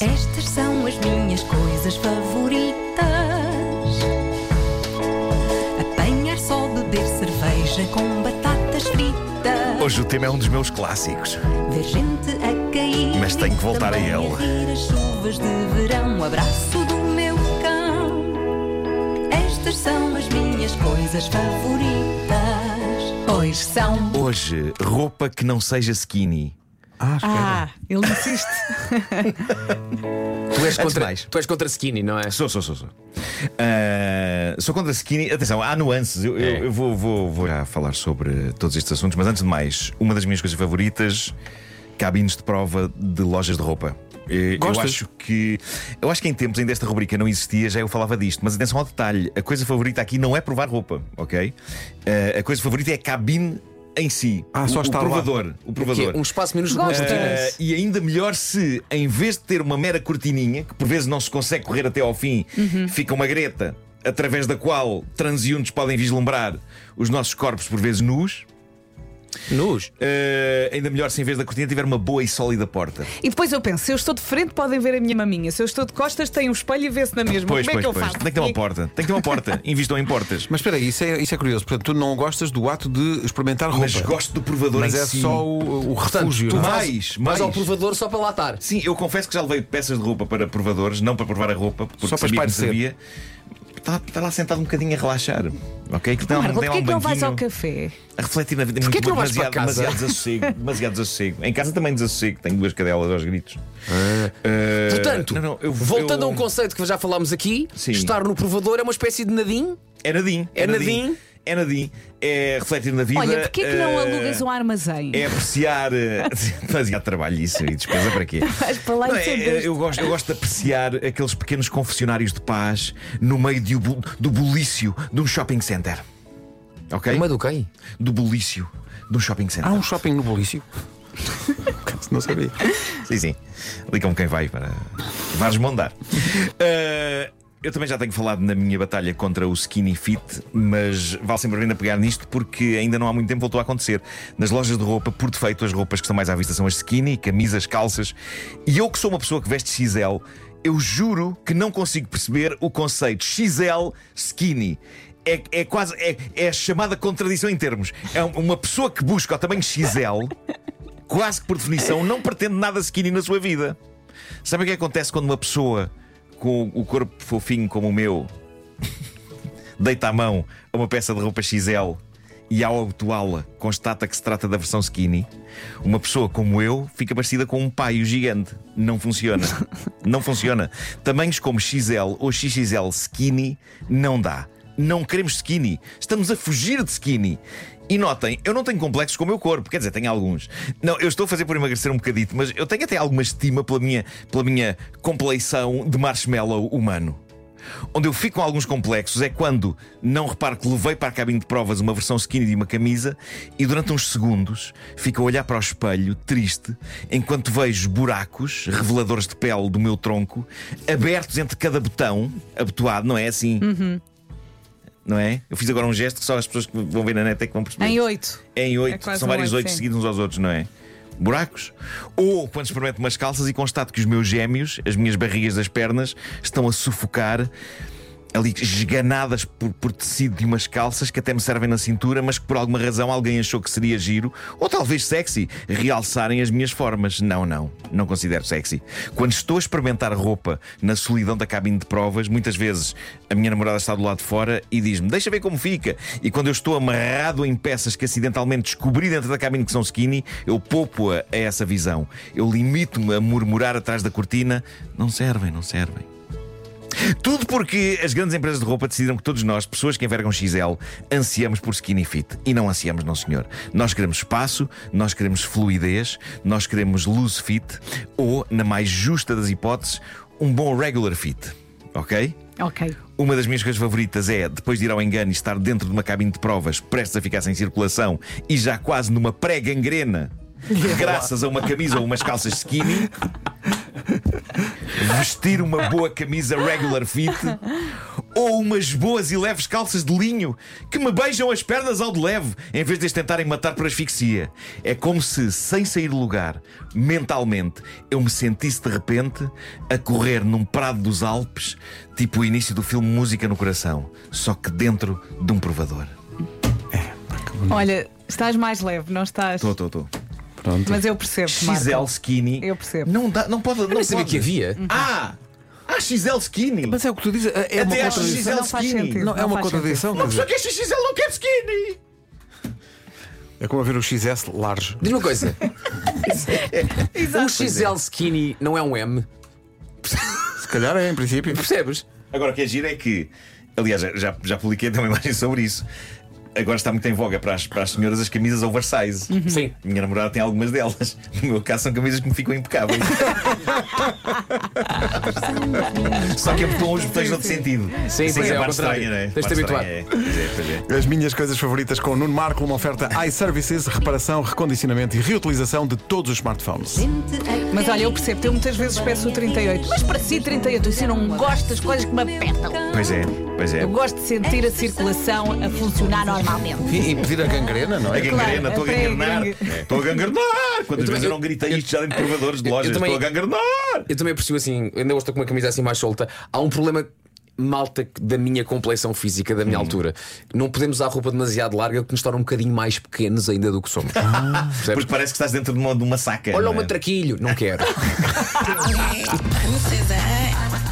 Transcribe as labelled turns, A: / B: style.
A: Estas são as minhas coisas favoritas: apanhar só, beber cerveja com batatas fritas,
B: Hoje o tema é um dos meus clássicos.
A: ver gente a cair.
B: Mas tenho que voltar a
A: também
B: ele.
A: rir as chuvas de verão, o abraço do meu cão. Estas são as minhas coisas favoritas. Pois são.
B: Hoje, roupa que não seja skinny.
C: Ah, ele insiste.
B: Tu és
D: Contra- tu és contra skinny, não é?
B: Sou, sou, sou, sou. Ah, sou contra skinny. Atenção, há nuances. Eu, eu-
D: É.
B: eu vou, vou, vou já falar sobre todos estes assuntos, mas antes de mais, uma das minhas coisas favoritas: cabines de prova de lojas de roupa. Eh, Eu
D: Gostas?
B: acho que eu acho que em tempos ainda esta rubrica não existia, já eu falava disto, mas atenção ao detalhe, a coisa favorita aqui não é provar roupa, ok? Ah, a coisa favorita é a cabine em si.
C: Ah, só
B: o,
C: estar
B: o
C: lá.
B: provador, o
D: Que
B: provador.
D: é um espaço menos
C: Gosto.
D: rotina.
B: Ah, e ainda melhor se, em vez de ter uma mera cortininha, que por vezes não se consegue correr até ao fim,
C: Uhum.
B: fica uma greta através da qual transeuntes podem vislumbrar os nossos corpos, por vezes nus,
D: Nus.
B: ah, ainda melhor se, em vez da cortina, tiver uma boa e sólida porta.
C: E depois eu penso: se eu estou de frente, podem ver a minha maminha. Se eu estou de costas, tem um espelho e vê-se na mesma.
B: pois,
C: Como é
B: pois,
C: que eu
B: pois.
C: faço?
B: Tem que ter uma porta. Tem que ter uma porta. Invistam em portas.
E: Mas espera aí, isso é, isso é curioso. Portanto, tu não gostas do ato de experimentar roupa.
B: Mas gosto do provador
E: Mas
B: em
E: é
B: si.
E: só o, o refúgio.
B: tu
E: não é?
B: mais, mais. Eh,
D: Mas ao provador só para lá estar.
B: Sim, eu confesso que já levei peças de roupa para provadores, não para provar a roupa, porque
E: Só para
B: sabia que me
E: espairecer.
B: servia. Está, está lá sentado um bocadinho a relaxar. Ok? Que tem lá-
C: Marco,
B: tem lá
C: porquê
B: um
C: que não vais ao
B: banquinho.
C: café?
B: A refletir na vida é
D: Porquê
B: muito
D: que não
B: bom,
D: vais para
B: demasiado,
D: casa?
B: demasiado desassossego, demasiado desassossego. Em casa também desassossego, tenho duas cadelas aos gritos. Eh,
D: Ah. Portanto,
B: não, não, eu-
D: voltando
B: eu-
D: a um conceito que já falámos aqui,
B: Sim.
D: estar no provador é uma espécie de nadim.
B: É nadim.
D: É nadim.
B: É nadim. É refletir na vida.
C: Olha, porquê que não
B: eh,
C: alugas um armazém?
B: É apreciar. eh, demasiado trabalho isso e despesa para quê?
C: Vais para lá
B: Não,
C: e
B: é,
C: sempre.
B: eu, gosto, eu gosto de apreciar aqueles pequenos confessionários de paz no meio de o bu- do bulício de um shopping center. Ok?
D: Uma do quem?
B: Do bulício de um shopping center.
E: Há um shopping no Bolício. Por acaso não sabia.
B: Sim, sim. Ligam quem vai para. Vais mondar. Ah, eu também já tenho falado na minha batalha contra o skinny fit, mas vale sempre a pena pegar nisto porque ainda não há muito tempo voltou a acontecer. Nas lojas de roupa, por defeito, as roupas que estão mais à vista são as skinny, camisas, calças. E eu que sou uma pessoa que veste XL, eu juro que não consigo perceber o conceito XL skinny. É, é quase é, é a chamada contradição em termos. É uma pessoa que busca o tamanho XL quase que por definição, não pretende nada skinny na sua vida. Sabe o que acontece quando uma pessoa com o corpo fofinho como o meu deita a mão a uma peça de roupa XL e, ao abotoá-la, constata que se trata da versão skinny? Uma pessoa como eu fica parecida com um paio gigante. Não funciona. Não funciona. Tamanhos como XL ou XXL skinny não dá. Não queremos skinny. Estamos a fugir de skinny. E notem, eu não tenho complexos com o meu corpo, quer dizer, tenho alguns. Não, eu estou a fazer por emagrecer um bocadito, mas eu tenho até alguma estima pela minha, pela minha compleição de marshmallow humano. Onde eu fico com alguns complexos é quando não reparo que levei para a cabine de provas uma versão skinny de uma camisa e durante uns segundos fico a olhar para o espelho, triste, enquanto vejo buracos, reveladores de pele do meu tronco, abertos entre cada botão, abotoado, não é assim?
C: Uhum.
B: Não é? Eu fiz agora um gesto que só as pessoas que vão ver na net é que vão perceber.
C: Em oito.
B: É em
C: É
B: oito,
C: quase
B: são
C: um
B: vários
C: oito,
B: oito
C: sim.
B: seguidos uns aos outros, não é? Buracos? Ou quando experimento umas calças e constato que os meus gêmeos, as minhas barrigas das pernas, estão a sufocar, ali esganadas por, por tecido de umas calças que até me servem na cintura, mas que por alguma razão alguém achou que seria giro, ou talvez sexy, realçarem as minhas formas. Não, não, não considero sexy. Quando estou a experimentar roupa na solidão da cabine de provas, muitas vezes a minha namorada está do lado de fora e diz-me: Deixa ver como fica. E quando eu estou amarrado em peças que acidentalmente descobri dentro da cabine que são skinny, eu poupo-a a essa visão. Eu limito-me a murmurar atrás da cortina: Não servem, não servem. Tudo porque as grandes empresas de roupa decidiram que todos nós, pessoas que envergam XL, ansiamos por skinny fit. E não ansiamos, não senhor. Nós queremos espaço, nós queremos fluidez, nós queremos loose fit ou, na mais justa das hipóteses, um bom regular fit. Ok?
C: Ok.
B: Uma das minhas coisas favoritas é, depois de ir ao engano e estar dentro de uma cabine de provas, prestes a ficar sem circulação e já quase numa pré-gangrena, graças a uma camisa ou umas calças skinny, vestir uma boa camisa regular fit Ou umas boas e leves calças de linho que me beijam as pernas ao de leve, em vez de as tentarem matar por asfixia. É como se, sem sair do lugar, mentalmente, eu me sentisse de repente a correr num prado dos Alpes, tipo o início do filme Música no Coração, só que dentro de um provador.
C: Olha, estás mais leve, não estás?
B: Estou, estou, estou.
E: Pronto.
C: Mas eu percebo,
B: XL
C: Marco.
B: skinny.
C: Eu percebo.
B: Não, dá, não pode. Não,
D: Não sabia
B: pode.
D: que havia.
B: Ah! Ah, XL skinny!
E: Mas é o que tu dizes. É uma
B: Até acho
E: contradição.
B: XL
C: Não faz
B: skinny.
C: sentido.
E: Não, é
C: Não
E: uma
C: faz
E: contradição.
B: Uma
E: quer
B: pessoa
E: dizer,
B: que é XL não quer skinny!
E: É como haver o XS large.
D: Diz-me uma coisa.
C: Exato.
D: O
B: é.
D: XL skinny não é um M.
E: Se calhar é, em princípio.
D: Percebes?
B: Agora o que é giro é que, aliás, já, já publiquei até uma imagem sobre isso. Agora está muito em voga para as, para as senhoras as camisas oversize.
D: Sim.
B: Minha namorada tem algumas delas. No meu caso, são camisas que me ficam impecáveis. Só que é porque os botões de outro sentido.
D: Sim,
B: Isso é
D: pois
B: que
D: é,
B: a
D: ao
B: parte
D: contrário.
B: estranha, não é?
D: Tens de
B: Parte
D: te habituar.
B: estranha, é. Pois é, pois é.
E: As minhas coisas favoritas com o Nuno Marco, uma oferta iServices, reparação, recondicionamento e reutilização de todos os smartphones.
C: Mas olha, eu percebo, eu muitas vezes peço o 38, mas para si 38, assim não gosto das coisas que me apertam.
B: Pois é, pois é.
C: Eu gosto de sentir a circulação a funcionar normalmente.
E: E, e pedir a gangrena, não
B: A
E: é?
B: gangrena,
C: Claro,
B: estou a
C: até a
B: gangrenar. É.
C: gangue-
B: Estou a gangrenar. Quantas vezes eu
D: eu-
B: não gritei isto já dentro de provadores de
D: eu
B: lojas?
D: também-
B: Estou a gangrenar.
D: Eu também percebo assim, ainda hoje estou com uma camisa assim mais solta. Há um problema malta que- da minha complexão física, da minha altura. Não podemos usar roupa demasiado larga que nos torna um bocadinho mais pequenos ainda do que somos. Percebes?
B: Porque parece que estás dentro de uma, de uma saca. é?
D: Olha
B: não
D: o
B: é?
D: matraquilho, não quero.
F: Suzanne.